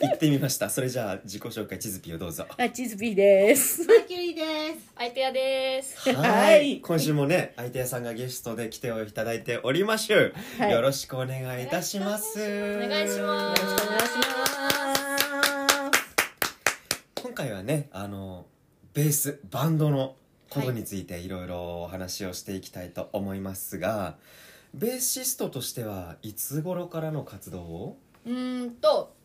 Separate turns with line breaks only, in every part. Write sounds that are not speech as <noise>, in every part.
行ってみましたそれじゃあ自己紹介チズピーをどうぞ
あ、チズピーです。
マーキュリーです。アイペアです。
<laughs> はい
今週もね相手屋さんがゲストで来ていただいておりましゅ、
はい
よろしくお願いいたします
お願いします。
よろしくお願いし
今回はねあのベースバンドのことについていろいろお話をしていきたいと思いますが、ベーシストとしてはいつ頃からの活動を、
うーんと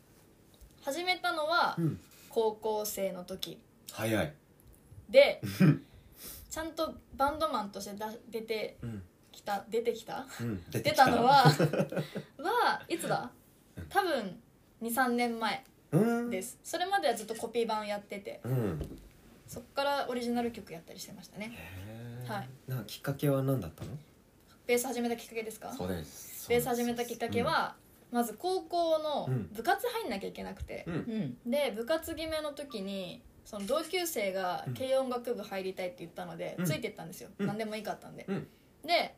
始めたのは
うん、
高校生の時
早い、
<laughs> で、ちゃんとバンドマンとしてだ出て
うん
きた出てきた
うん、出
出
き
たの <laughs> ははいつだ？多分二三年前
うん
です。それまではずっとコピー版をやってて、
うん
そこからオリジナル曲やったりしてましたね。
へー
はい
なんかきっかけは何だったの
ベース始めたきっかけですか？
うです
ベース始めたきっかけ、は、まず高校の
うん
部活入んなきゃいけなくて
う、んうん
うん。
で部活決めの時にその同級生が
うん
軽音楽部入りたいって言ったので、
うん
ついてったんですよ、
うん
何でもいいかったんで、
うん
で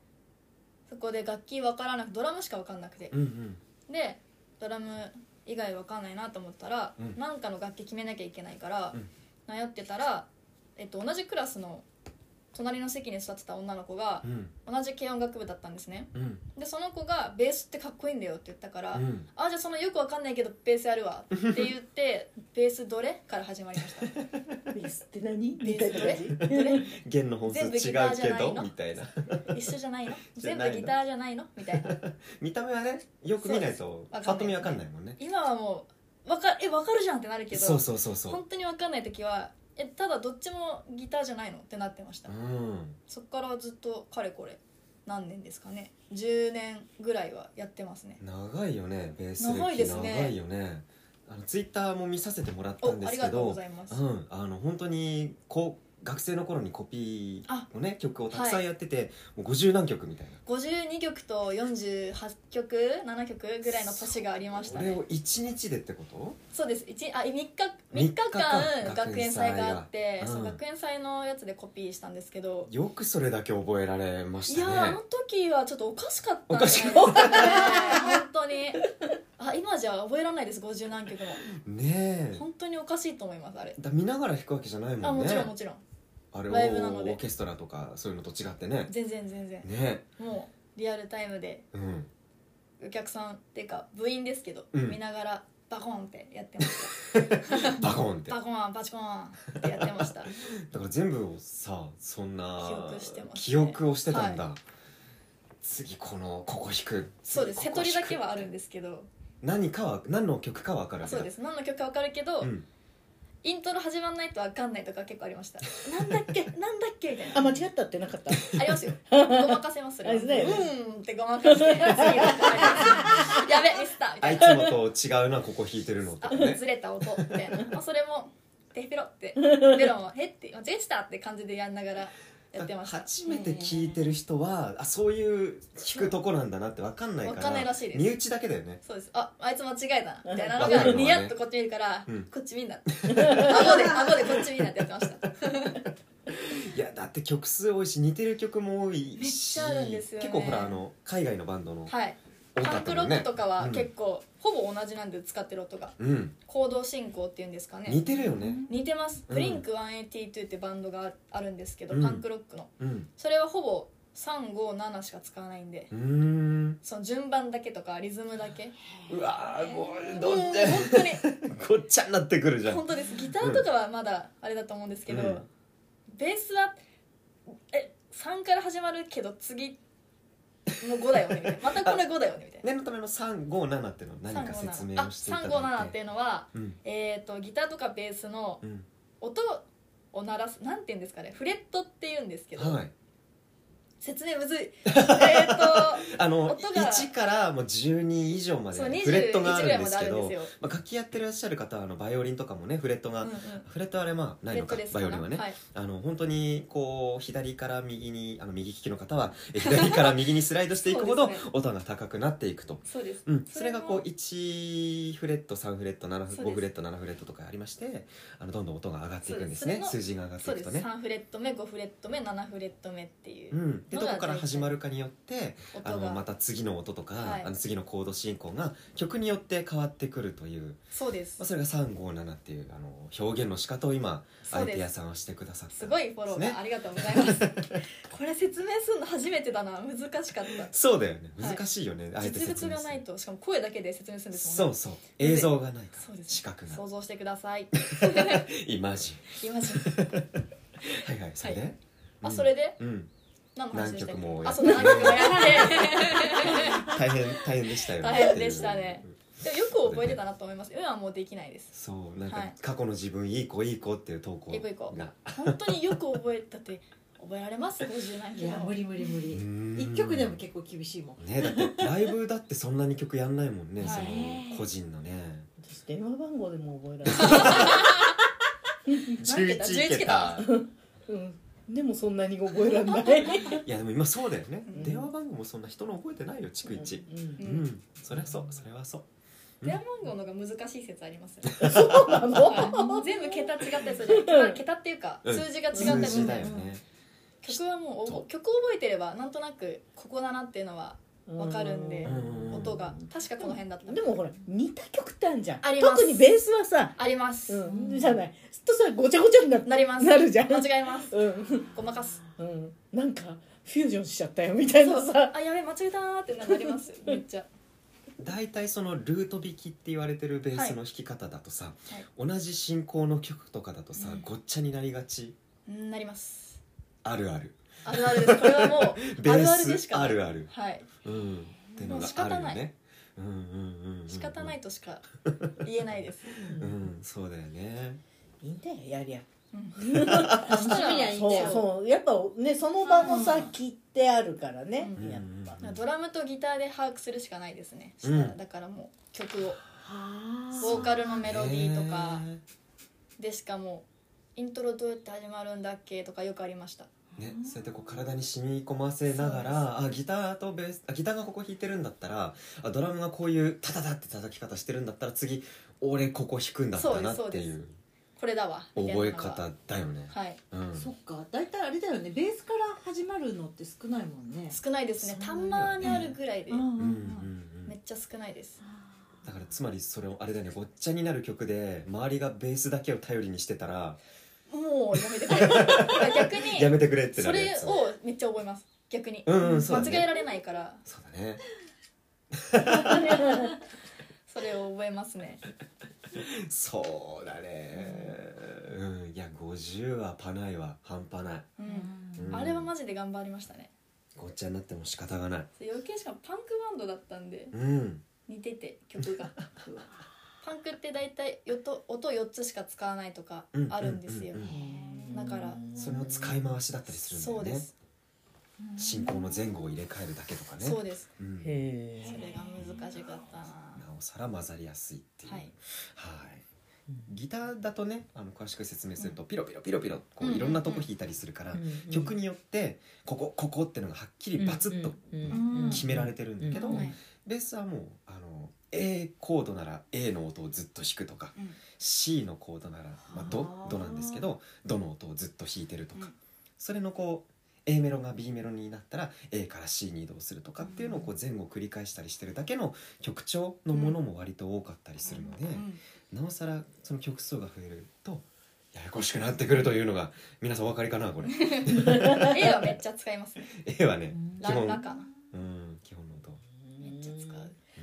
そこで楽器分からなくドラムしか分かんなくて
う、んうん
でドラム以外分かんないなと思ったら、
うん
なんかの楽器決めなきゃいけないから、
うん
悩ってたら、えっと、同じクラスの隣の席に座ってた女の子が
うん
同じ軽音楽部だったんですね
うん
でその子が「ベースってかっこいいんだよ」って言ったから、
うん
あじゃあそのよくわかんないけどベースやるわって言って
<laughs>
ベースどれから始まりました
ベースって何
ベースどれ
みたいな感じ
どれ
弦の本数違う
全部ギターじ
け
ゃない
ど
の
みたいな
一緒じゃないの
<laughs> じゃ
全
ない
部
の
ギターじゃないのみたいな
見た目はねよく見ないと
そうです
パッと見わかんないもんね
今はもうわかえわかるじゃんってなるけど
そうそうそうそう
本当にわかんない時はえただどっちもギターじゃないのってなってました、
うん
そっからずっとかれこれ何年ですかね10年ぐらいはやってますね
長いよねベース歴
長いですね
長いよねあのツイッターも見させてもらった
お
んで
あ
す
り
け
がとうご
ど
ざいます、
うんあの本当にこう学生の頃にコピ
あ
ーのね曲をたくさんやってて、もう50何曲みたいな
52曲と48曲7曲ぐらいの年がありました
こ
ね
れを1日でってこと
そうです一あ3日
三
三
日間
日間学園祭があって
学園祭がう
学園,、
ん
そう学園祭のやつでコピーしたんですけど、
よくそれだけ覚えられまし
いやー
た
あ
ね
の時はちょっとおかしかった
おかしかった
本当にあ今じゃ覚えられないです50何曲も
ねえ
本当におかしいと思いますあれ
だ見ながら弾くわけじゃないもんね
あもちろんもちろん
あれをオ
ライブなので
ーケストラとかそういうのと違ってね
全然全然
ね
もうリアルタイムで
うん
お客さんっていうか部員ですけど、
うん
見ながらバコンってやってまし
<laughs> バコンって
たバコンバチコンってやってました
だから全部をさそんな
記憶してますね
記憶をしてたんだ、次このここ弾く
そうです
次 <laughs>
瀬
ここ
取りだ
弾く
けはあるんですけど
何かは何の曲かは分かるわけ
そ
だ
うです何の曲か分かるけど、
うん、
イントロ始まんないとわかんないとか結構ありました <laughs> なんだっけなんだっけみたいな
あ、間違ったってなかった。
ありますよごまかせますそれは
あれだよね
うーんってごまかして次わかんないやべミスったみ
あ
た
い
い
つ
な
もと違うなここ弾いてるのとか
あ
ね
ずれた音みたいな、
<laughs>
まあ、それもテペロ <laughs> ってペロもへって間違えたって感じでやんながらやってました
初めて聴いてる人はあそういう弾くとこなんだなって分かんないから
分かんないらしいです
身内だけだよね
そうですああいつ間違えたなみたいなの
わかる
が
のはね
ニヤッとこっち見るから、
うん
こっち見んなって顎で顎でこっち見んなってやってました
いやだって曲数多いし似てる曲も多いし
めっちゃあるんですよね
結構ほらあの海外のバンドの
はい
多
パ
か
ン
った
ク
も
ロ
ん
ック
ね
とか
う
は
ん
結構、ほぼ同じなんで使ってる音が
うん
行動進行っていうんですかね
似てるよね
似てます、
うん
ブリンク182ってバンドがああるんですけど、
うん
パンクロックの
うん
それはほぼ357しか使わないんで、
うーん
その順番だけとかリズムだけ
うわーもう
も
ど
う
うっ
本当に
てごっちゃになってくるじゃん
本当ですギターとかはまだあれだと思うんですけど、
うん
ベースはえ3から始まるけど次もう5だよねみたいなまたこれ5だよねみたいな。
念のための357ってのは何か説明
357
をしていただいて
あ357っていうのは、
うん
えー、とギターとかベースの
うん
音を鳴らすなんて言うんですかねフレットっていうんですけど、
はい
説明むずいえー
<laughs>
っと
あの
音が
1からもう12以上まで
そう21
フレットがあ
ぐ
る
ら
んで
いますであ
け
るん
ど
ですよ
まあ、楽器やってらっしゃる方はあのバイオリンとかもねフレットが、
うんうん
フレットはあれまあないのか
レッドです
バイ
ら
オリンはね、
はい
あの本当にこう左から右にあの右利きの方は <laughs> え左から右にスライドしていくほど
そうですね
音が高くなっていくと。
そうです
うん、そ
それ
れ
も
がこう1フレット3フレット7
そう
フ
です
5フレット7フレットとかありましてあのどんどん音が上がっていくんですね
そう
数
で
字が上がって
そ
いうく
で
と
す
ね。、
3フレット目5フレット目7フレット目っていううん
で
のが
どこから始まるかによって
音
あ
が、
のまた次の音とか、
はい
あの次のコード進行が曲によって変わってくるという、
そうです
まあ、それが357っていうあの表現の仕方を今
そ
ア
う
イデ
で
ア
す
さんはしてくださった
すごいフォロー
です
がありがとうございます
<laughs>
これ説明するの初めてだな難しかっ
そうだよね
はい
難しいよね、
た
あえて
実
説
物
明
が
する
ないとしかも声だけで説明するんですも
そ
ん
うそう映像がないか
そう
ら
です
視覚が
想像してください
イマジ
今じ
ンはいはいそれで、
ゃんあ
うん
それで
うん
何の話でしたっ
何曲も
け
やっ
あ
て
そう何曲もやって <laughs>
大変大変でしたよね
大変でしたね
っていう
でもよく覚えてたなと思います今はもうできないです
そうなん
は
か
い
過去の自分いい子いい子っていう投稿
いい子いい子
が
本当によく覚えたって覚えられます50何
い
キロ
や無理無理無
う
理
ーん
一曲でも結構厳しいもん
ねだってライブだってそんなに曲やんないもんね、
はい
その個人のね
私電話番号でも覚えら
何桁11桁
れない、うん、でもそんなに覚えられない
いやでも今そうだよ
<laughs>
ね、
うん
電話番号もそんな人の覚えてないよ逐一
うんうん
う、
うんん
そりゃそうそれはそう
電話番号の方が難しい説ありますよね
そうなの
はい全部桁違ったりするじゃん桁桁っていうか
うん
数字が違った
数
り
字
す
だよ
る
ね、
曲はもうおぼ曲を覚えてればなんとなくここだなっていうのはわかるんで
うん
音が確かこの辺だった
でもほら似た曲ってあるじゃん
あります
特にベースはさ、
あります、
うん、じゃないずっとさごちゃごちゃにな
なります
なるじゃん
間違えます
うん、
ごまかす
うん、なんかフュージョンしちゃったよみたいなさ
あやべ間違えたーってなりますめっちゃ
大体そのルート弾きって言われてるベースの弾き方だとさ、
はい
同じ進行の曲とかだとさ、
うん
ごっちゃになりがち
うんなります
あるある
あるあるですこれはもう
ベ
あるある
ー
でし
ス
かな
あ
い
るある
はい
うんっていうのがあるよねうんうんうんうんうん
仕方ないとしか言えないです、
うんそうだよね
いいんだよやりゃ
うん、
楽しみりゃいいん
そう
だよ
そうやっぱねその場のさ
うん
切ってあるからね、
うん
やっぱ
ドラムとギターで把握するしかないですね、
うん
したらだからもう曲を
はあ
ボーカルのメロディーとか
へ
でしかもうイントロどうやって始まるんだっけとかよくありました
ーね、そうやってこう体に染み込ませながらあギターとベースあギターがここ弾いてるんだったらあドラムがこういうタタタって叩き方してるんだったら次俺ここ弾くんだったなっ
そう
て
です
い
そうこれだわみたいな
覚え
のが
方だよね、
はい
うん、
そっか大体あれだよねベースから始まるのって少ないもんね
少ないですね
そ
た
う
まにあるぐらいで、
うんうん
うん
う
うんうんん
めっちゃ少ないです
だからつまりそれをあれだよねごっちゃになる曲で周りがベースだけを頼りにしてたら
もうやめてくれだから逆
や
に
めてくれってな
そ
る
れ
やつ
をめっちゃ覚えます逆に、
うんうんそうだ
間
ね
違えられないから
そうだね
それを覚えますね
そうだねうんいや50はパないわ半端ない
うん、
うん
あれはマジで頑張りましたね
ごっちゃになっても仕方がない
それ余計しかもパンクバンドだったんで
うん
似てて曲がパンクって大体音音4つしか使わないとか
うん
あるんですよ、
うんう
へ
ん
え
だから
それの使い回しだったりするんだ
そ
よ
うで
ね
す、
進行の前後を入れ替えるだけとかね
そうです
うん
へ
それが難しかったな
なおさら混ざりやすいっていう
はい
はい
うん
ギターだとねあの詳しく説明するとピロピロピロピロこ
うん
う
うん
いろんなとこ弾いたりするから
え
曲によってここここってのがはっきりバツッと
うん
決められてるんだけど
うん
はい
ベースはもうあの A コードなら A の音をずっと弾くとか
うん
C のコードなら、まあ、ド
あー
ドなんですけどドの音をずっと弾いてるとか、
うん
それのこう A メロが B メロになったら A から C に移動するとかっていうのをこう前後繰り返したりしてるだけの曲調のものも割と多かったりするので、
うん
なおさらその曲数が増えるとややこしくなってくるというのが皆さんお分かりかなこれ
A はめっちゃ使いますね
A はね
ラ
基本
ラかな
うん基本の音、
めっちゃ使う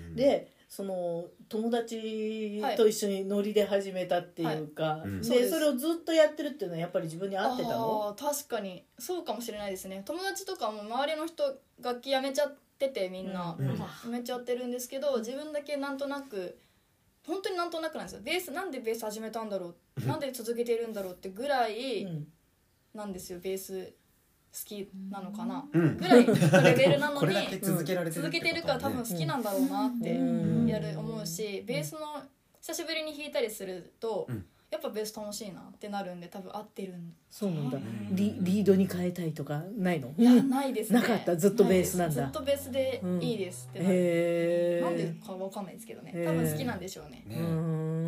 うん、
でその友達と一緒にノリで始めたっていうか、
いうん
で
そ
そう
です
れをずっとやってるっていうのはやっぱり自分に合ってたの
あー確かにそうかもしれないですね友達とかも周りの人楽器やめちゃっててみんな、
うん
やめちゃってるんですけど自分だけなんとなく本当になんとなくなんですよベースなんでベース始めたんだろうなんで続けてるんだろうってぐらい
うん
なんですよベースきなのかな
うん
ぐらいのレベルなの
こ
に
れだけ続けられてる
続けてるから多分好きなんだろうなってやる思うしベースの久しぶりに弾いたりすると、
うん
やっぱベース楽しいなってなるんで多分合ってるん
そうなんだ
ん
リリードに変えたいとかないの
いやないですね
なかったずっとベースなんだ
いですずっとベースでいいですってなる、
へえ
なんでかわかんないですけどね
へー
多分好きなんでしょうね、
う
ね
ー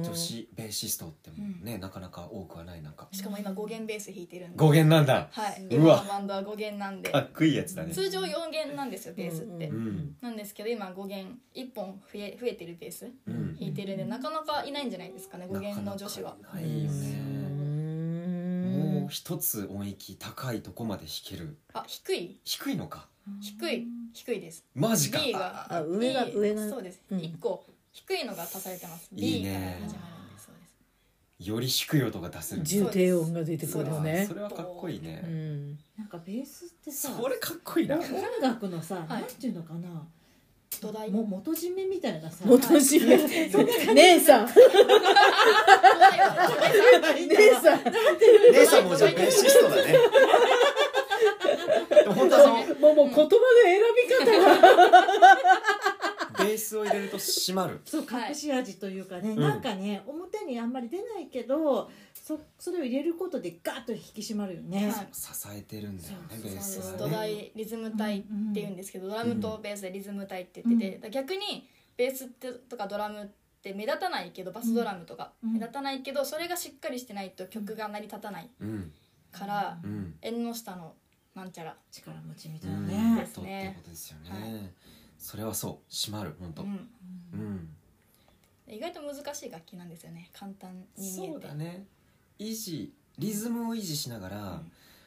ん
女子ベーシストってもね、なかなか多くはないなんか
しかも今5弦ベース弾いてるんで
語源なんだ
はい、
うわ
今のバンドは5弦なんで
かっこいいやつだね
通常4弦なんですよベースって、
う
う
ん
ん
なんですけど今5弦1本増え増えてるベース
うん
弾いてるんでなかなかいないんじゃないですかね5弦の女子は
なかなかいないよね、もう一つ音域高いとこまで弾ける
あ低い
低いのか
低い低いです
マジか
B が
あ上が
B
上が
そうです、
う
一
ん
1個低いのが足されてます
いい
B から
ね
始まるんでそうです
より低い音が出せる
重低音が出てくるよ
あー
ね
それはかっこいいね、
うん
なんかベースってさ
それかっこいいな
音楽のさ、
はい
なんていうのかな
土台
も元締めみたいなさ
元締め姉さん姉さん
姉さんもじゃあベーシストだ
<laughs>
ねでも本当はその
もうもう言葉の選び方
ベ
が
ースを入れると締まる
そう
はい
隠し味というかね、
ん
なんかね表にあんまり出ないけどそそれを入れることでガッと引き締まるよね、
はい
支えてるんだよね
そう
ベー
そうです
ス
土
がね
台リズム体っていうんですけど、ドラムとベースでリズム体って言ってて、
うん
だから逆にベースってとかドラムって目立たないけどバスドラムとか
うん
目立たないけど、それがしっかりしてないと曲が成り立たない
うん
から、
うん
縁の下のなんちゃら、
力持ちみた
う
いなんね、
す
とって
ね
ことですよね、
は
それはそう締まる本当
う
うん、
ん意外と難しい楽器なんですよね簡単に見えて
そうだね維持リズムを維持しながら、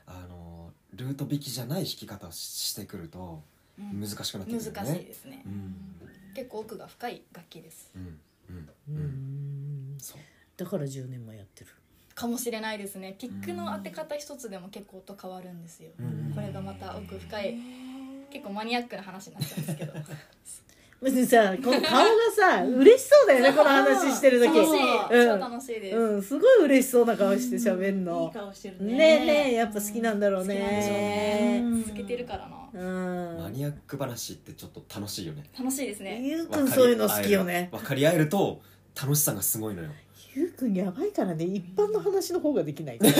あのルート引きじゃない弾き方をししてくると
うん
難しくなって
難
く
し
る
い
よね、
ですね、
うん
結構奥が深い楽器です
うんうんう
う
ん
ん
そう
だから10年もやってる
かもしれないですねピックの当て方一つでも結構音変わるんですよ、
うん
これがまた奥深い結構マニアックな話になっちゃうんですけど
別にさこの顔がさ嬉しそうだよねこの <laughs> 話してる時
楽しい、
うん
超楽しいです、
うんすごい嬉しそうな顔して喋る
いい
の
顔してる
ね
ね
えねえやっぱ好きなんだろう
好きなんでしょうね
ね
続けてるからな
うん
マニアック話ってちょっと楽しいよね
楽しいですね
ゆうくんそういうの好きよね
分かり合えると楽しさがすごいのよ
ゆうくんやばいからね一般の話の方ができ <laughs> ないから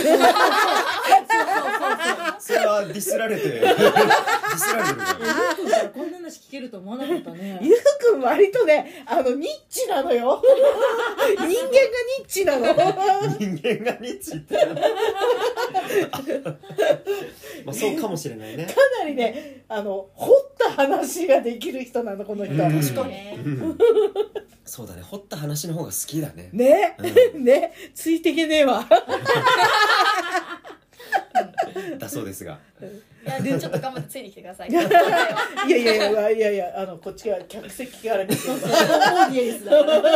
それはディスられ
<laughs>
てディスられてるから
ゆうくんからこんな話聞けると思わなかったね
<laughs> ゆうくん割とねあのニッチなのよ人間がニッチなの
人間がニッチって
<laughs>
まあそうかもしれないね
かなりねあの掘った話ができる人なのこの人、
うん
確かに
うんそうだね掘った話の方が好きだね
ね、
う
ねついてけねえ <laughs> わ
だそうですが
いやでちょっと頑張ってついてきてく
<laughs>
ださい
いやいやいやいやいやあのこっちが客席から見て <laughs> る
オーディエンスだから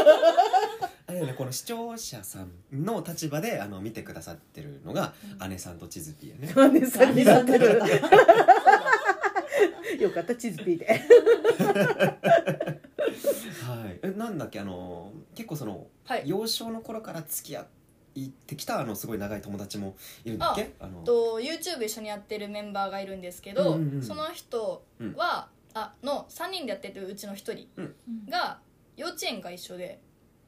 あれだねこの視聴者さんの立場であの見てくださってるのが姉さんとチズピーやね
マネさんになってるよかった地図ピーで
はいえなんだっけあの結構その
はい
幼少の頃から付き合ってきたあのすごい長い友達もいるんだっけあの
と YouTube 一緒にやってるメンバーがいるんですけ
うん
ど、
うんうん
その人は、あの3人でやってるうちの1人が幼稚園が一緒で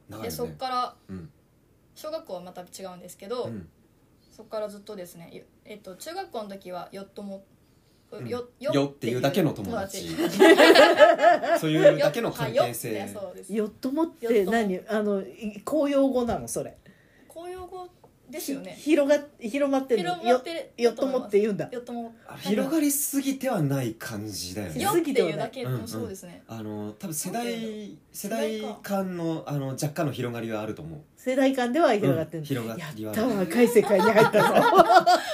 長い
で
よ
そ
ね
っから
うん
小学校はまた違うんですけど、
うん
そこからずっとですね、ゆえっと、中学校の時はよっとも
うん
よ
よっていうだけの友達 <laughs> そういうだけの関係
よっ
性
はいよってそうです
よっともっ
よ
て
っとも
何あのい公用語なのそれ
公用語ですよね
ひ広が広まってるの
広まってる
よよっともって言うんだ
よっとも
あ広がりすぎてはない感じだよね
よっていうだけ
うんうん
もそうですね、
あの多分世
なんて
代世
代
代
か
間のあの若干の広がりはあると思う
世代間では広がってる、
うん広がり
や
はある
ったわ赤い世界に入ったぞ
覚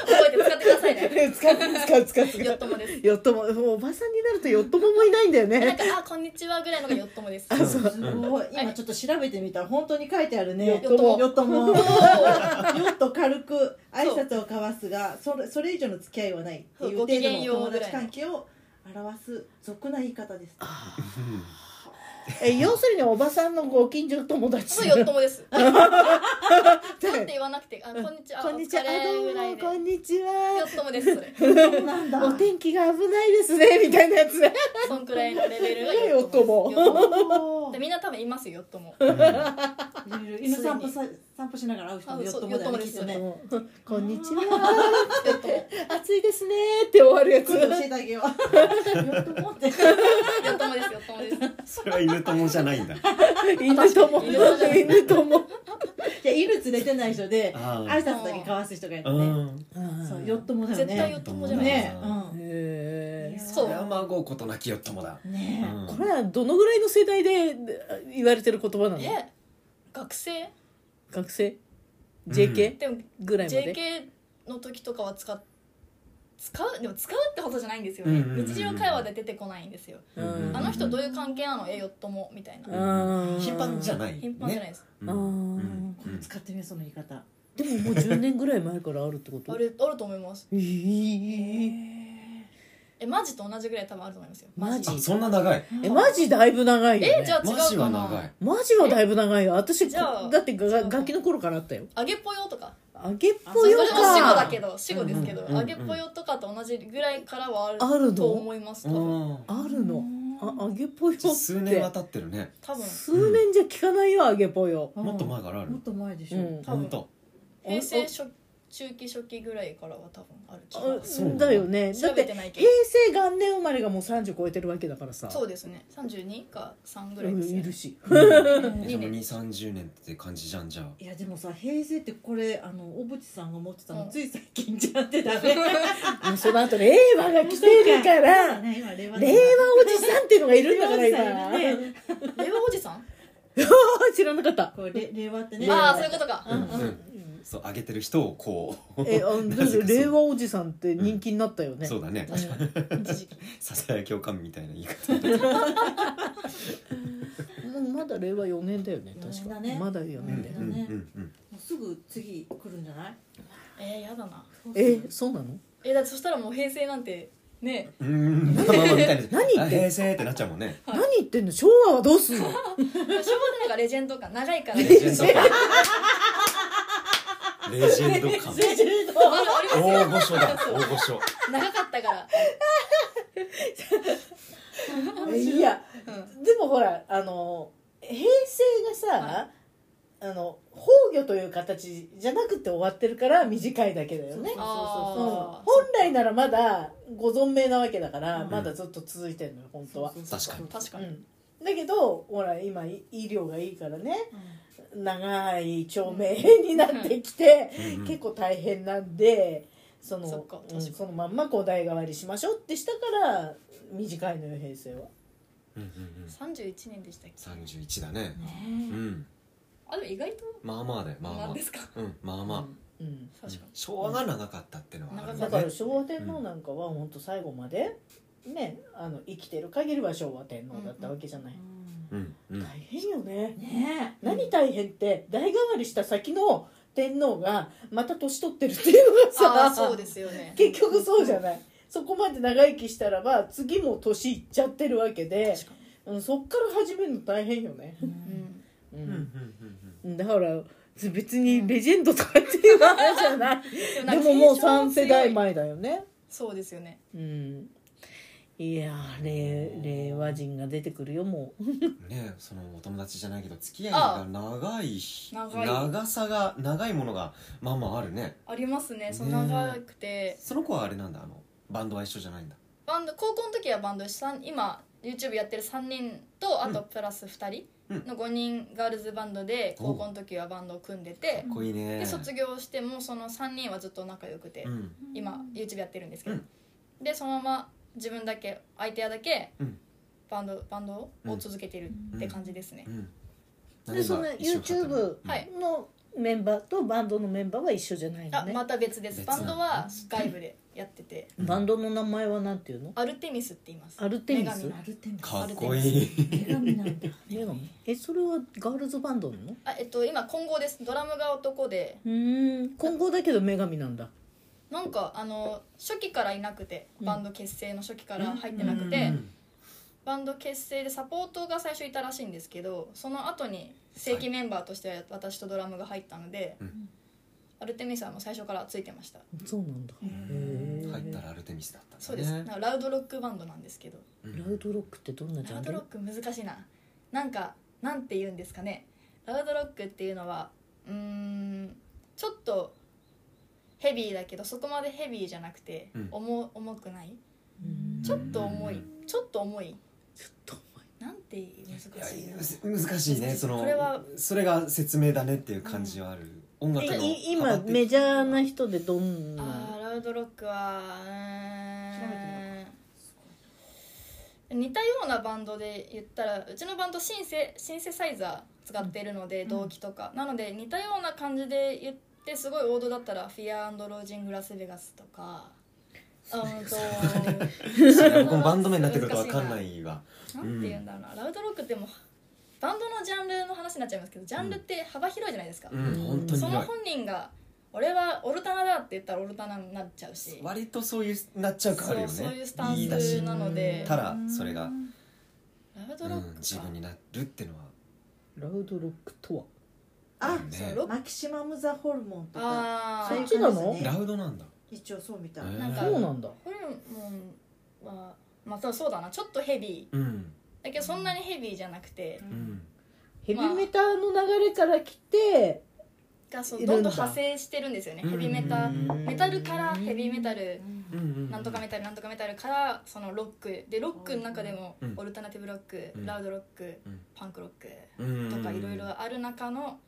えて使ってくださいね
<laughs> 使う使う使う使
よっ
う
ともです
よっとももうおばさんになるとよっとももいないんだよ
なん
ね
か「あこんにちは」ぐらいのがよっともです
あそう
すごい今ちょっと調べてみたら本当に書いてあるね
よっ
とも
よっともよっと軽く挨
そう
拶を交わすがそれそれ以上の付き合いはないっていう
ご
程
き
度
げん
の
よう
友
ぐら
達
いの
関係を表す俗な言い方です
あーえ要するにおばさんのご近所友達
そうよ
<laughs>
っともです。なんて言わなくて、あ、こんにちは。
こんにちは
お
あ
疲れ
どう
ぐらい
も
で
こんにちは
よっともです。それ
そうなんだ
お天気が危ないですねみたいな
<laughs>
やつね
そんくらいのレベル
<laughs>
が
よっとも
よっと
お
もで
ー
みんな多分いますよ、よっとも。
いろいろ犬散歩さ散歩しながら会う人も
あ
よっ
そう
ともだよ
よっとも
ね
で
きっ
す
と
よね
ね
こんにちは
よっとも。よ
暑いですねって終わるやつ
今度教えてあげよう <laughs> よっともって
っともです、よっと
<laughs>
もです。
それは犬友じゃないんだ
犬友
犬友じゃない
犬友
じゃあ犬連れてない人で
あ
挨拶だけ交わす人がいる
あ
ね
うん
そうよっともだよね
絶対よっともじゃない。
ね
ね
う
へ
ん
ー
そ
そうれは孫うことなきよっともだ、
ね
うん
これはどのぐらいの世代で言われてる言葉なの
え、学生
学生 JK
でも
ぐらいまで
JK の時とかは使っ使うでも使うってほどじゃないんですよね、
うんうんうんうん
日常会話で出てこないんですよ、
うん
あの人どういう関係なのえよっともみたいな、
うん
頻繁じゃない、ね、
頻繁じゃないです、
うん、
あー
うん
これ使ってみようその言い方
でももう10年ぐらい前からあるってこと
あるあると思います
えー
えマジと同じぐらい多分あると思いますよ
マジ
あそんな長い
えマジだいぶ長いよ、ね、
えじゃあ違
マジ
うか
は
な
長い
マジはだいぶ長いよ私
じゃあ
こだってが
違う
が
の
ガキの頃からあったよ
揚げぽよとか
あげっ
そ
ぽ
れ
よ
も死後だ
か
けど死後ですけど、
うんうんうんうん
揚げぽよとかと同じぐらいからはある
あるの
と思います多分
うん
あるのああげっぽよって
数年は経ってるね
多分
数年じゃ聞かないよあげっぽよ
うん
もっと前からある
もっと前でし
う
ょ、
ん
多
ほ
分
んと
平成初中期初期ぐらいからは多分ある気
あ
がす
そうなんだ
だよね
る
だ
調
っ
べ
て
てないけ
平
ど
成元年生まれがもう30超えてるわけだからさ
そうですね32か3ぐら
う
い
ん
ですよ
い
ね
るし
ん
でも2三3 0年って感じじゃんじゃあ
いやでもさ平成ってこれあの小渕さんが持ってたの、
うん
つい最近じゃって
<laughs>
ダメ
もうその後令和が来てる
<laughs>
から
ね今令和
令和おじさんっていうのがいるんだから
令和おじさんいる
今
令和おじさん
<laughs> 知らなかった
こうれ令和ってね
ああそういうことか、
うんうんそう上げてる人をこう
えあの
<laughs> なぜかそう
令和おじさんって人気になったよね
そうだね
確かに一時期
<laughs> ささやきおかみみたいな言い方
うんまだ令和4年だよね確
四年
か
だね
まだ4
うん
年だよ
うんうんうん
もうすぐ次来るんじゃない
えー、やだな
えそうなの
えだってそしたらもう平成なんてね
うーん、まあまあみたいな
何言ってんの
あ平成ってなっちゃうもんね
何言ってんの昭和はどうすんの
昭和でなんかレジェンド感長いから
レ
<laughs>
ジェンド感レジェンド感大御所だ大御所
長かったから
えいや
う
でもほらあの平成がさ、
は
あの崩御という形じゃなくて終わってるから短いだけだよね
そ
う
う
ん
あ
本来ならまだご存命なわけだから、まだずっと続いてるのよ本当は
そうそう
確
そう
かに
確か
う
に、
んだけどほら今い医療がいいからね長い長命になってきて、
うん
結構大変なんでその
そっか確か
うん
に
そのまんまこう代替わりしましょうってしたから短いのよ平成は
うんうんうん
31年でしたっけ
31だねう
ね
ん
あでも意外と
まあまあだよまあ
なん
ま
ですか、
あうんまあまあ、
うん、
確かに
昭和が長かったってのはある
だ
よ
長
から
ね
昭和天皇なんかは本当最後までねあの生きてる限りは昭和天皇だったわけじゃない、
うんうん
大変よね
えねえ
何大変って代替わりした先の天皇がまた年取ってるっていうのがさ
ああそうですよね
結局そうじゃないそこまで長生きしたらば次も年いっちゃってるわけで
確か、
うん、そっから始めるの大変よね、
うん
う
うんうん
ん
うん
だから別にレジェンドとかっていうあれじゃない
で
でももう
三
3世代前だよね
そうですよね
うんいやー令令和人が出てくるよもう
うんねそのお友達じゃないけど付き合いが長い
長い
長さが長いものがまあまああるね
ありますねその長くて、
その子はあれなんだあのバンドは一緒じゃないんだ
バンド高校の時はバンドしさん今 YouTube やってる3人とあとプラス2人の5人ガールズバンドで
お
高校の時はバンドを組んでて
かっこいいね
で卒業してもその3人はずっと仲良くて
うん
今 YouTube やってるんですけど
うん
でそのまま自分だけ相手やだけ
うん
バンドバンドを続けてるって感じですね
うん
でその
何が一緒かったの
YouTube
はい
のメンバーとバンドのメンバーは一緒じゃないの
あ
ね、
また別です
別
バ
な
ン
の
ドは外部でやってて <laughs>
バンドの名前はなんていうの
アルテミスって言います
アルテミス
女神の
アルテミス
かっこいい
女神なんだ
メガネえそれはガールズバンドなの
あえっと今混合ですドラムが男で
うん混合だけど女神なんだ
なんかあの初期からいなくてバンド結成の初期から入ってなくて、
うん
バンド結成でサポートが最初いたらしいんですけどその後に正規メンバーとして私とドラムが入ったので、
うん
アルテミスはもう最初からついてました
そうなんだへえ
入ったらアルテミスだったんだね
そうです、なんかラウドロックバンドなんですけど
うん
ラウドロックってどんなジ
ラ
ャ
ウ
ン
ド
ル
ロック難しいななんかなんて言うんですかねラウドロックっていうのはうーんちょっとヘビーだけどそこまでヘビーじゃなくて、
うん
重重くない
うん
ちょっと重い、
う
ちょっと重い
ちょっと重い
なんて難しい
い
な
やいや難しいねその
これは
それが説明だねっていう感じはある、音楽の
い今メジャーな人でどん
あ
な
ーラウドロックはうーん似たようなバンドで言ったらうちのバンドシンセシンセサイザー使ってるので、動機とかなので似たような感じで言ってすごい王道だったら「フィアロージング・ラスベガス」とか。あうんと
幅僕もバンド名になってくると分かんないわ
なんて言うんだろうな、ラウドロックってもうバンドのジャンルの話になっちゃいますけどジャンルって幅広いじゃないですか、
うん本当に
その
広い
本人が「俺はオルタナだ」って言ったらオルタナになっちゃうし
割とそういうなっちゃうかあるよね
そうそういうスタン
言い出
ス
し
なの
<laughs>
で
たらそれが、
ラブ
う
ドロックか、
ん、自分になるってのは
ラウドロックとは
あ
あ
る
そ
ね
うロック
マキシマム・ザ・ホルモンとか
あ
そう
そ
い
っ
う
あ
ちな
感
の
じです
ラ
ね
ウドなんだ
一応そうみたい
へー
な
な
んか
そうなんだ
ホルモンはまあそうそうだなちょっとヘビ
うん
ーだけどそんなにヘビーじゃなくて
うん
ヘビメタの流れから来て
がそう
いる
どん
ん
ど
だ
ん派生してるんですよねヘビメタ
うん
メタルからヘビメタル
うんうん
なんとかメタルなんとかメタルからそのロックでロックの中でも
うん
オルタナティブロック、
うん
ラウドロック、
うん
パンクロック
うん
とかいろいろある中の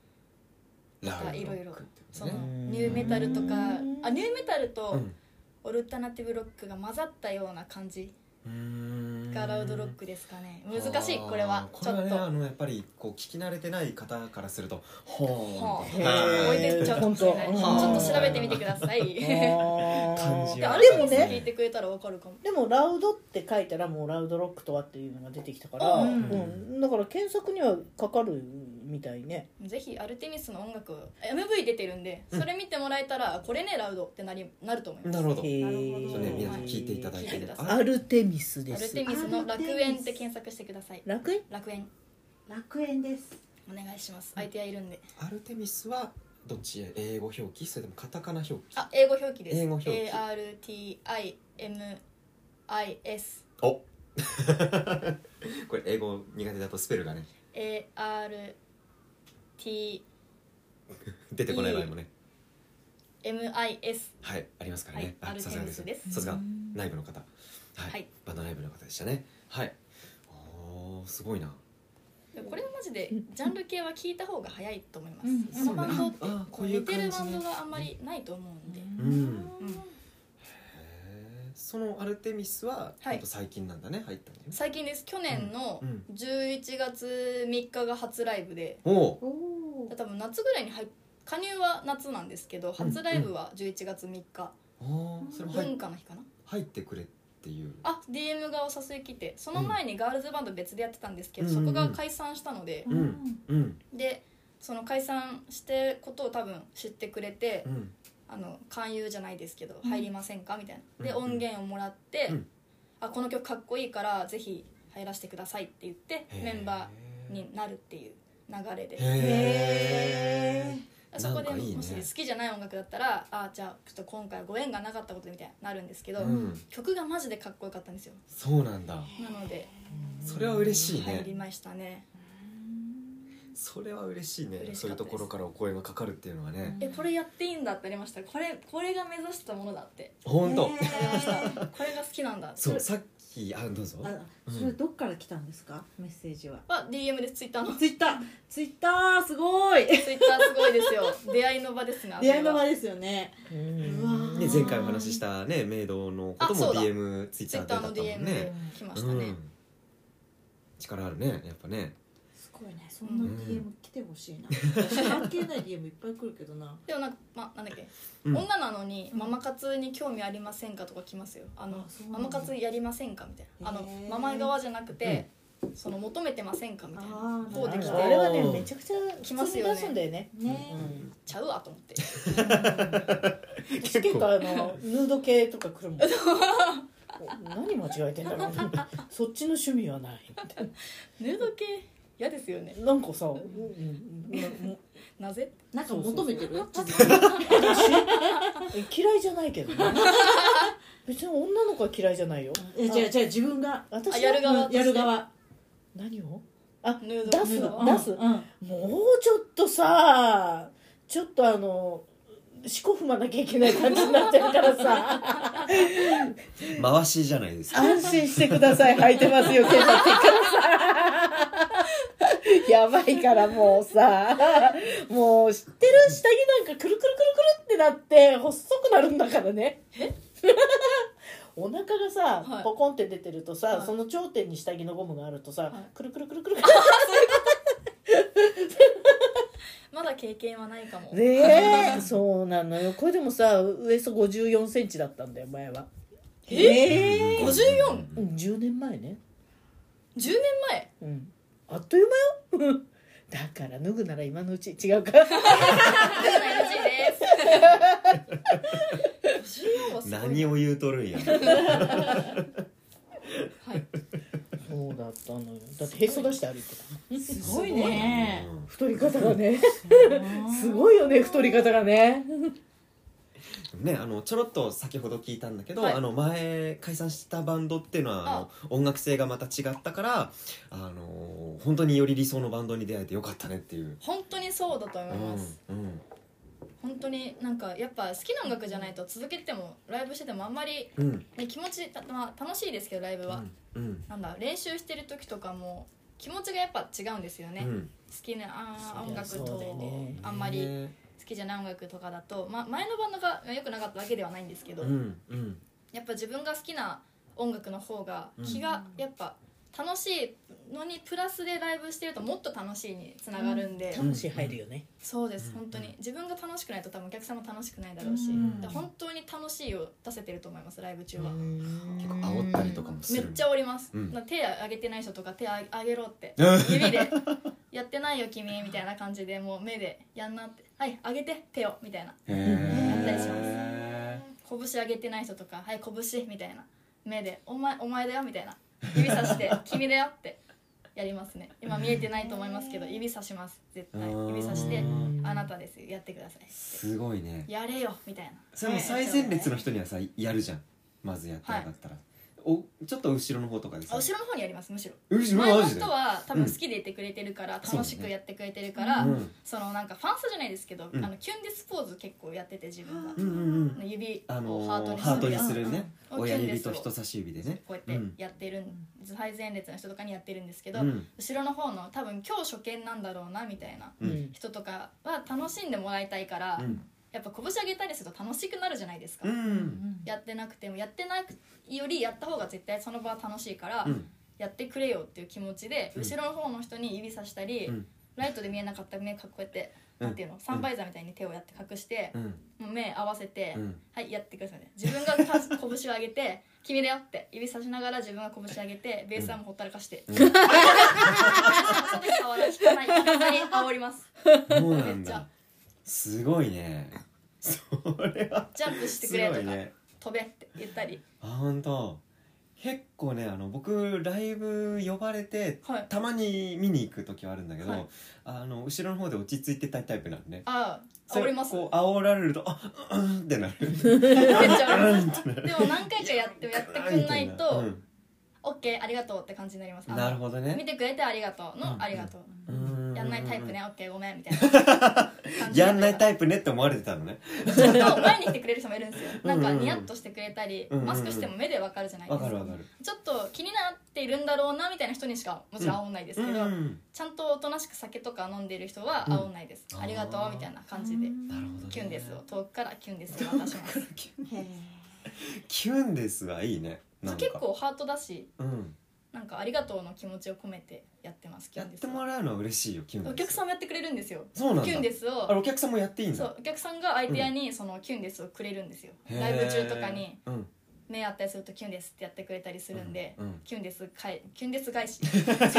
ラウド
いろいろその
ね
ニューメタルと
う
か
ん
あニューメタルと
うん
オルタナティブロックが混ざったような感じ
うん
がラウドロックですかね難しいこれは
あー
ちょ
こ
っ
れはねあ
と
のやっぱりこう聞き慣れてない方からするとほ
ほ
ーん
ー置い
は
てっちゃうかもしれないち
本当
ょっと調べてみてください <laughs> で
感
感
じ
あ
は
る
でも
程度
ね
聞いてくれたらわかるかも
でも「ラウド」って書いたらもう「ラウドロックとは」っていうのが出てきたから、う
う
んんだから検索にはかかるみたいね
ぜひアルテミスの音楽 MV 出てるんでそれ見てもらえたらこれねラウドってなりなると思い
い
ます
なるほど
へ
なるほど
ー
それね皆さん聞いていただい
聞いて
て
ください
あ
アルテミスで
アル
す
テミスの楽園って検索してください
楽園
楽園
楽園です
お願いします相手はいるんで
アルテミスはどっちへ英語表記それともカタカナ表記
あ英語表記です
英語表記
ARTIMIS
おこれ英語苦手だとスペルがね
ARTIMIS
出てこない場合もねはいありますから
はい
ね、
アルテ
さすが
ミスです
さすが内部の方はい、
はい
バンド内部の方でしたねはいおーすごいな
でもこれはマジでジャンル系は聞いた方が早いと思いま
うん
す、そのバンドって
あこういう
似てる
感
バ
じ
ン
ね
ドがあんまりないと思うんで、
うん
うん
へーそのアルテミスは、
はい
ほんと最近なんだね入ったんだよね
最近です去年の
うん
11月3日が初ライブで
おー
おお
多分夏ぐらいに入っ加入は夏なんですけど初ライブは11月3日、
おーそれも入
文
っ
化の日かな
入ってくれっていう
あ DM がお誘い来てその前にガールズバンド別でやってたんですけど、
うんうんう
そ
ん
こが解散したので、
うんうん
でその解散してことを多分知ってくれて、
うん
あの勧誘じゃないですけど、
うん
入りませんかみたいなで、
うんうん
音源をもらって、
うん
あこの曲かっこいいからぜひ入らせてくださいって言って
へー
メンバーになるっていう流れで
へえ
そこで
なんかいいね
もし好きじゃない音楽だったらあじゃあちょっと今回はご縁がなかったことでみたいになるんですけど、
うん
曲がマジでかっこよかったんですよ
そうなんだ
なので
それは嬉しい
入り
ね
ましたね
それは嬉しいね
嬉しか
そうい
ったです
うところからお声がかかるっていうのはね
えこれやっていいんだってありましたこれこれが目指してたものだって
本当
ありま <laughs> したこれが好きなんだ
そう
そ
さっきあどうぞ
あそれどっから来たんですかメッセージは
れは DM ですツイッターの
ツイッターツイッターすごい
ツイッターすごいですよ出会いの場ですが
出会いの
あ
場ですよねうわー
ね前回お話ししたねメイドのこと
あそ
も
うだ
DM ツイッ
ツイ
ター
ッ
で
タ
だったも
ー
ん
の DM で
ね
来ま
う
したね、
ん力あるねやっぱね
すごいねそんな
うん
DM 来てほしいな私関係ない DM いっぱい来るけどな
でもなんか、ま、なんだっけ、
うん
女なのにママ活に興味ありませんかとか来ますよあの
あそうな
マ
んだ
マ活やりませんかみたいなあの
へー
ママ側じゃなくて、その求めてませんかみたいな
あー
こうできて
あれはね
おー
めちゃくちゃ
来ますよね
普通に出すんだよね
ね
うん
ちゃうわと思って
<laughs> 私結構あのヌード系とか来るもん何間違えてんだろうそっちの趣味はない
<laughs> ヌード系嫌ですよね
なんかさ、うんうんうんな
なぜ
なんか求めてる
私嫌いじゃないけどね <laughs> 別に女の子は嫌いじゃないよ
え違う違う自分が
私
あ
は
やる側として
やる側
何を
ヌード
出す
の
の出す、
うん
もうちょっとさちょっとあの四股踏まなきゃいけない感じになっちゃうからさ
回しじゃないですか
安心してください履いてますよ検査ってからさやばいからもうさもう知ってる下着なんかくるくるくるくるってなって細くなるんだからね <laughs> お腹がさ、
はい
ポコンって出てるとさ、
はい
その頂点に下着のゴムがあるとさ、
い
くるくるくるくるくる
まだ経験はないかも、
ねえ <laughs> そうなのよこれでもさウエスト5 4センチだったんだよ前は
え
うん
54?10
うん10年前ね
年 <laughs> 前
うんあっという間よ <laughs> だから脱ぐなら今のうち違うか
出ないらし <laughs> いです54はすごい
何を言うとる
<laughs>
んや
はい
そうだったのよだってへそ出して歩いてた
すごいね
うん
太り方がねす
い
ごいよね太り方がね
ね、あのちょろっと先ほど聞いたんだけど、
はい
あの前解散したバンドっていうのはあの音楽性がまた違ったから、あの本当により理想のバンドに出会えてよかったねっていう、
本当にそうだと
う
思い
ん
ます、
うん
本当になんかやっぱ好きな音楽じゃないと続けてもライブしててもあんまり、
うん
ね、気持ち、たまあ、楽しいですけどライブは、
うん
なんだ練習してる時とかも気持ちがやっぱ違うんですよね、
う
好
ん
きなあー
そり
音
ゃ
楽
そう
と
だよね
あんまり
ね
好きじゃない音楽とかだと、ま、前のバンドが良くなかったわけではないんですけど、
うん
<laughs>
うん
やっぱ自分が好きな音楽の方が気がやっぱ楽しいのにプラスでライブしてるともっと楽しいにつながるんで、
ん
魂入るよね
そうです
うん
本当に自分が楽しくないと多分お客さんも楽しくないだろうし、
うん
だから本当に楽しいを出せてると思いますライブ中は、
結構煽ったりとかもす
め
る
っちゃおります、
うん
だから手上げてない人とか手あ上げろって
うん
指で「やってないよ君」みたいな感じでもう目で「やんな」って「はい上げて手を」みたいな
へー
やったりし拳上げてない人とか「はい拳」みたいな目で「お前お前だよ」みたいな指
<laughs>
さして「君だよ」ってやりますね今見えてないと思いますけど指さします絶対指さして
うん
「あなたですやってください」
すごいね
やれよみたいな
それも最前列の人にはさやるじゃんまずやってなかったら、おちょっと後ろの方とかで
あ
さ
後ろの方にやりますむしろ
後
前の
マジで
人は多分好きでいてくれてるから、
うん
楽しくやってくれてるから、
うん
そのなんかファンサじゃないですけど、
うん
あのキュンディスポーズ結構やってて自分が、
うんうんうん
指
あ
を
の
ハ
ー、ハ
ー
ー
ト
ト
に
に
す
す
る
るね
うん
親指と人差し指でね
こうやってやってるん、最前列の人とかにやってるんですけど、
うん
後ろの方の多分今日初見なんだろうなみたいな
うん
人とかは楽しんでもらいたいから、
うん
やっぱ拳上げたりすると楽しくなるじゃないですか、
うん
やってなくてもやってなくよりやった方が絶対その場は楽しいから、
うん
やってくれよっていう気持ちで、
うん
後ろの方の人に指さしたり、
うん
ライトで見えなかった目かこうやって、
うん
なんていうのサンバイザーみたいに手をやって隠して
う、ん
もう目合わせて、
うん
はいやってくださいね自分がか拳を上げて <laughs> 「君だよ」って指さしながら自分が拳上げてベースはもうほったらかして、
うん
ベースはそこで触ら引かない簡単に煽ります
そうなん
めっち
だ
ゃ
すごい
<laughs>
ねそれは
ジャンプして
す
く
ごい
れとか、
ね
飛べって言ったり
あ本当結構ねあの僕ライブ呼ばれて
はい
たまに見に行く時はあるんだけど、
はい
あの後ろの方で落ち着いてたいタイプなんで
ああ
そ
煽
れ
りますめっ
こう煽られるとあうんうんって
<laughs>
なる
ちゃ煽り
うんってな
ま
る
すでも何回かやってもやってくんないと
うん
「OK ありがとう」って感じになりますあの
なるほど
見
ね
てくれてありがとうの、
うん
ありがとう、
うん
やんないタイプねオッケーごめんみたいな感じ
やんないタ
イ
イプねって思われてたのね
プちょっと前に来てくれる人もいるんですよなんか
うんうんうん
ニヤッとしてくれたり、
うんうんうん
マスクしても目でわかるじゃないで
わ
す
か
か
るわかる
ちょっと気になっているんだろうなみたいな人にしかもちろん煽んないです
う
けど、
ん
ちゃんとおとなしく酒とか飲んでいる人は
うん
煽んないです、
あー
ありがとうみたいな感じで
なるほどね
キュンですを遠くからキュンですを渡します
キュンですはいいねなんか
結構ハートだし
うん
なんかありがとうの気持ちを込めてやってますキ
や
ュ
っ
ンで
て
す
もらうのは嬉しいよキュンです
お客さんもやってくれるんですよ
そうなんだ
キュンですを
あれお客さんもやっていいん
そ
だ
うお客さんが相手屋にそのキュンデスをくれるんですよ、
へー
ライブ中とかに
うん
目合ったりすると「キュンです」ってやってくれたりするんで「
うん
キュンです」かい「キュンです返し」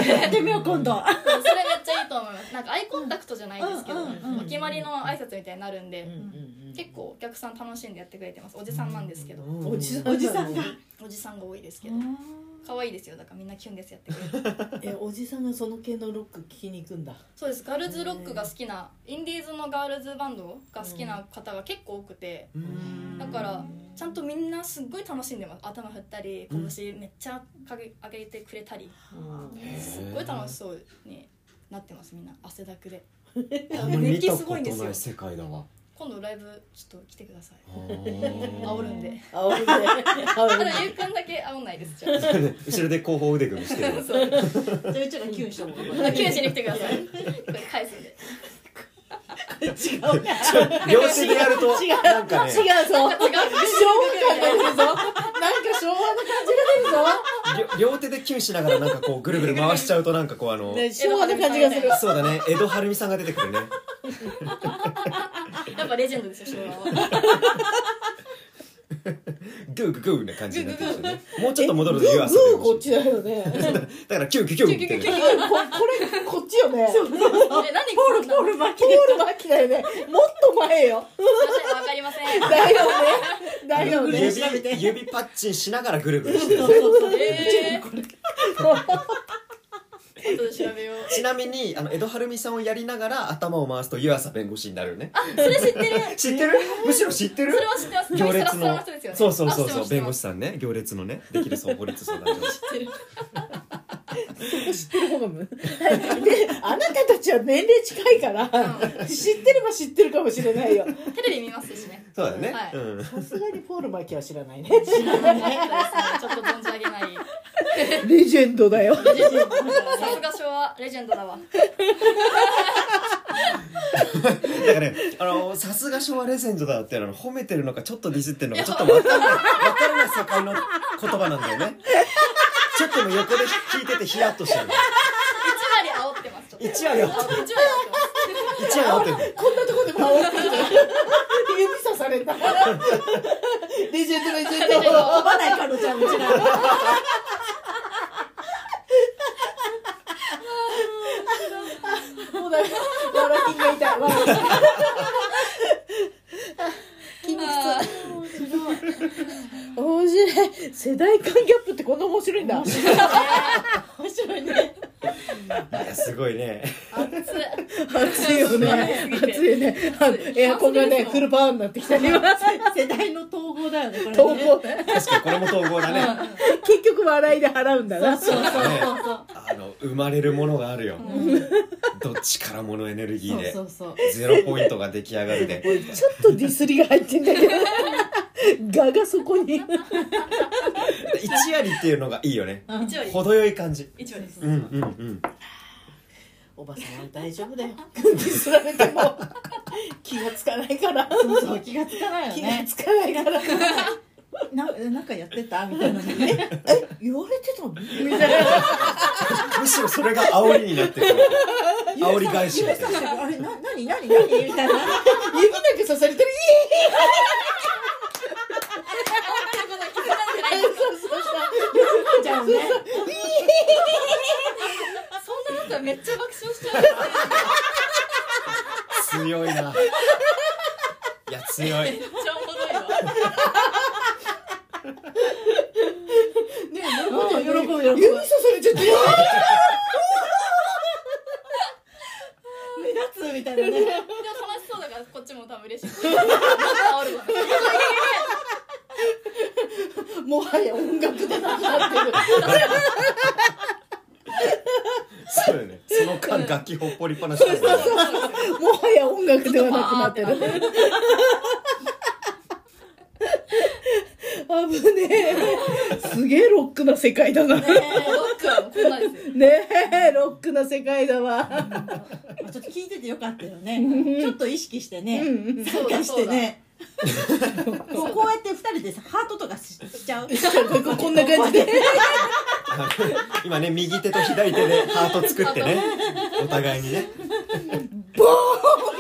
やってみよう今度
それめっちゃいいと思いますなんかアイコンタクトじゃないですけど、
うんうんうんうん
お決まりの挨拶みたいになるんで、
うん
結構お客さん楽しんでやってくれてますおじさんなんですけど、
うん
おじさん
おじさんが
おじさんが多いですけど可愛いですよだからみんなキュンですやってくれる
えおじさんがその系のロック聞きに行くんだ
そうですガールズロックが好きなインディーズのガールズバンドが好きな方が結構多くて、
うん
だからちゃんとみんなすっごい楽しんでます頭振ったり拳めっちゃかげ上げてくれたりすっごい楽しそうになってますみんな汗だくで <laughs>
あんまり見たこと
熱気すごいんです
な
よ
い世界だわ
今度ライブちょっと来てください
あー
煽るんで
あおるねあお
た
るね
だゆうくんだけ煽んないですじゃあ
後ろで後方腕組みしてる
そう
じゃあうちらがキュンしたもん
九州に来てくださいこれ返すんで
両手でやるとなんかね
違うぞ昭和感が
<laughs> 違う
出るぞなんか昭和の感じが出るぞ
りょ両手でキュンしながらなんかこうぐるぐる回しちゃうとなんかこうあの
ね、昭和の感じがする。
そうだね江戸晴美さんが出てくるね
やっぱレジェンドですよ昭和は
グーグーグーな感じになってきてねもうちょっと戻ると湯
グ
浅で
ーこっちだよね。
だからキュンキュンキュンみたいな
こ <laughs> れ、こっちよね。そう、ポール、
え何ポールポール
マキだよね。もっと前よ。
わかりません
だよね。だよ
グー
ね
グ。ー調べて
指指パッチンしながらぐるぐるしてる
えー後で調
<laughs>
べよう
ちなみにあの江戸晴美さんをやりながら頭を回すと湯浅弁護士になるよね
それ知ってる
知ってるむしろ知ってる
それは知ってます
行
サラ
列
サラ
の
の人ですよね
そうそうそう
あ知ってま
そう
す
弁護士さんね行列のねできるそう法律相談所
<laughs>
知ってる方がむ。で、あなたたちは年齢近いから、知ってれば知ってるかもしれないよ。
テレビ見ますしね
そうだね、
はい
うん
さすがにポールマキは知らないね。
ちょっと存じ上げ <laughs> ない
レジェンドだよ。
レジェンドさすが昭和レジェンドだわ
だからね、あのさすが昭和レジェンドだってあの褒めてるのかちょっとディスってるのかちょっと分かんない分からない世界の言葉なんだよねちょっともう横で聞いててヒヤッとしてる
一割煽ってますちょっと
一話よ
あ一割煽って
一話よってる
こんなとこで回ってる。指さされた。レジェンド、レジェンド。
飛ばない彼女はうちら
もうダメ。わらきんがいた。わらきん。
ます
面白い。世代間ギャップってこんな面白いんだ。面白いね。面白いね。
いやすごいね
あー熱い
暑いよね。暑いね。あのエアコンがね、フルパワーになってきた今。
世代の統合だよねこれね
投稿。
確かにこれも統合だね
結局笑いで払うんだな。
そうそう
ね
そうそう
あの生まれるものがあるよ、どっちからものエネルギーで
そうそうそう
ゼロポイントが出来上がるで
ちょっとディスりが入ってんだけど。画がそこに。
で一割っていうのがいいよ <laughs> ね
一割
程よい感じ
一割です
うんうんうん
おばさんは大丈夫だよ
ディスられても気がつかないから。
そうそう気がつかないよ
気が
ね
つかないから。
ななんかやってたみたいなね
言われてたの
みたいな
むしろそれが煽りになってくる煽り返しみたいな
あれな何何何みたいな
指だけ刺されてる。
そ
じゃあね
んなことめっちゃ爆笑しちゃう
強い <laughs> な。いや強
めっ
い。
ちゃおもろいわ
ね喜ぶ喜ぶ喜ぶ
指刺されちゃってる。
目立つみたいなね
でも楽しそうだからこっちも多分嬉
<laughs>
しいまた煽るわ
もはや音楽でなくなってる。
<laughs> そうよね。その間楽器ほっぽりっぱなしだもんね。
もはや音楽ではなくなってる。危ねえ。すげえロックな世界だな。ね
ロックはもうこんなんですよ
え、ロックな世界だわ。
ちょっと聞いててよかったよねちょっと意識してね参加してねこうこうやって二人でさハートとかししちゃう
<laughs> ここんな感じで。
あの <laughs> 今ね、右手と左手でハート作ってね。お互いにね。ボーン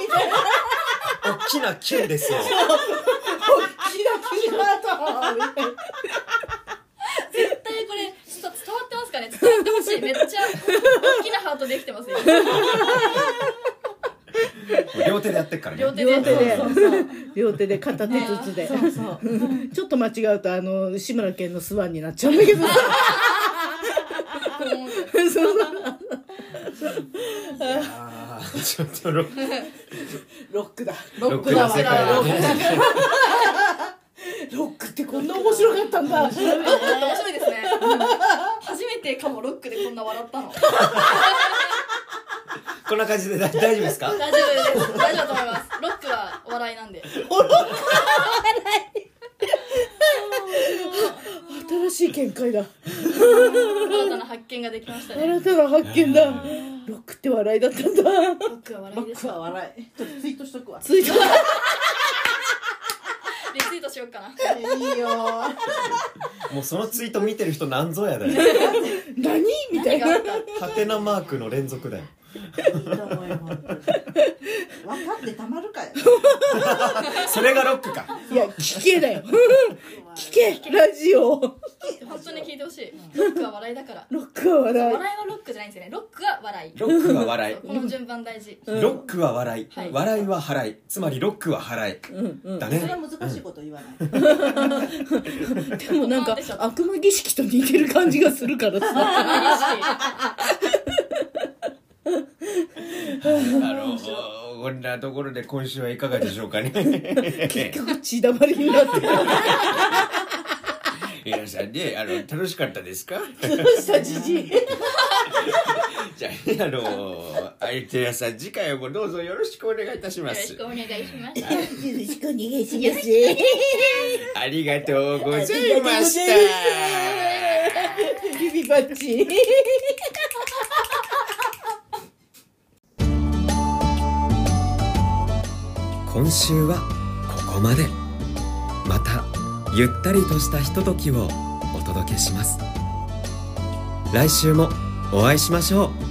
みたいな。大きなキュンですよ。
キラキラだ。
両手でやってっからね
両手
両手で
そうそう
両手で片手ずつで
そうそう
ちょっと間違うとあの志村けんのスワンになっちゃうんだけどさそうそう
あーちょっとロック
<laughs> ロックだ
ロ
ロ
ッ
ッ
ク
クの
だ
世界だね
ロックってこんな面白かったんだ
面白いですね初めてかもロックでこんな笑ったの
こんな感じで大大丈夫ですか
大丈夫です大丈夫だと思いますロックはお笑いなんで
新しい見解だ
新たな発見ができましたね
新たな発見だロックって笑いだったんだ
ロックは
ロ
笑いで
ッ
す
クは笑いちょっとツイートしとくわ
ついた
リツイートしようかない
いよ
もうそのツイート見てる人なんぞやだよ
何みたい
何があ
な
った
ハテナマークの連続だよ
いいと思うよ本 <laughs> 当に分かってたまるかよ
それがロックか
いや聞けだよ聞けラジオ
本当に聞いてほしいロックは笑いだから
ロックは
笑
笑い
いはロックじゃないんですよねロックは笑い
ロックは笑い
この順番大事
ロックは笑い、
はい
笑いは払いつまりロックは払い、だ
それは
ね
難しいこと言わない
<laughs> でもなんか悪魔儀式と似てる感じがするからさ
あのこんなところで今週はいかがでしょうかね
<laughs> 結局血だまりになってる
皆さんねあの楽しかったですか
どうしたじじ <laughs> い
じゃああの相手屋さん次回もどうぞよろしくお願いいたし
よ
ま
ろ
す
しくお願いします
よろしくお願いします。
ありがとうございました
指バッチ。
今週はここまでまたゆったりとしたひとときをお届けします来週もお会いしましょう